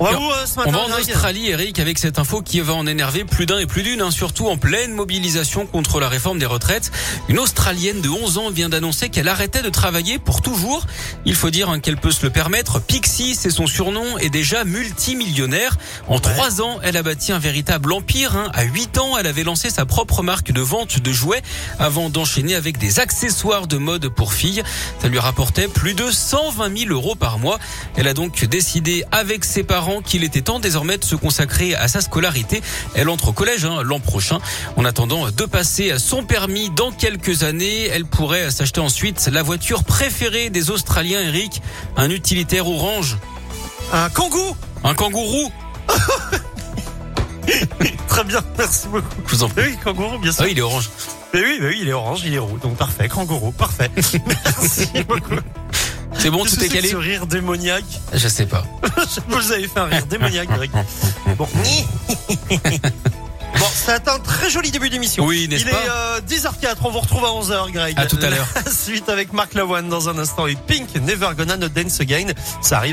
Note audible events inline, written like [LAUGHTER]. On va, où, euh, ce matin, On va en Greg Australie, Eric, avec cette info qui va en énerver plus d'un et plus d'une, hein, surtout en pleine mobilisation contre la réforme des retraites. Une Australienne de 11 ans vient d'annoncer qu'elle arrêtait de travailler pour toujours. Il faut dire hein, qu'elle peut se le permettre. Pixie, c'est son surnom, est déjà multimillionnaire. En trois ans, elle a bâti un véritable empire. hein. À 8 ans, elle avait lancé sa propre marque de vente de jouets avant d'enchaîner avec des accessoires de mode pour filles. Ça lui rapportait plus de 120 000 euros par mois. Elle a donc décidé avec ses parents qu'il était temps désormais de se consacrer à sa scolarité. Elle entre au collège hein, l'an prochain. En attendant de passer son permis dans quelques années, elle pourrait s'acheter ensuite la voiture préférée des Australiens, Eric, un utilitaire orange, Un kangou un kangourou. Très bien, [LAUGHS] merci beaucoup. Je vous en prie. Eh Oui, kangourou, bien Ah sûr. oui, il est orange. Mais oui, mais oui, il est orange, il est roux, donc parfait. Kangourou, [LAUGHS] parfait. merci beaucoup. C'est bon, Qu'est-ce tout que est c'est que calé Ce rire démoniaque. [LAUGHS] Je sais pas. Vous avez fait un rire démoniaque, [LAUGHS] Greg. Bon. Bon, c'est un très joli début d'émission. Oui, n'est-ce Il pas est euh, 10h04, on vous retrouve à 11h, Greg. [LAUGHS] À tout à l'heure. La suite avec Marc Lavoine dans un instant et Pink, Never Gonna Not Dance Again. Ça arrive.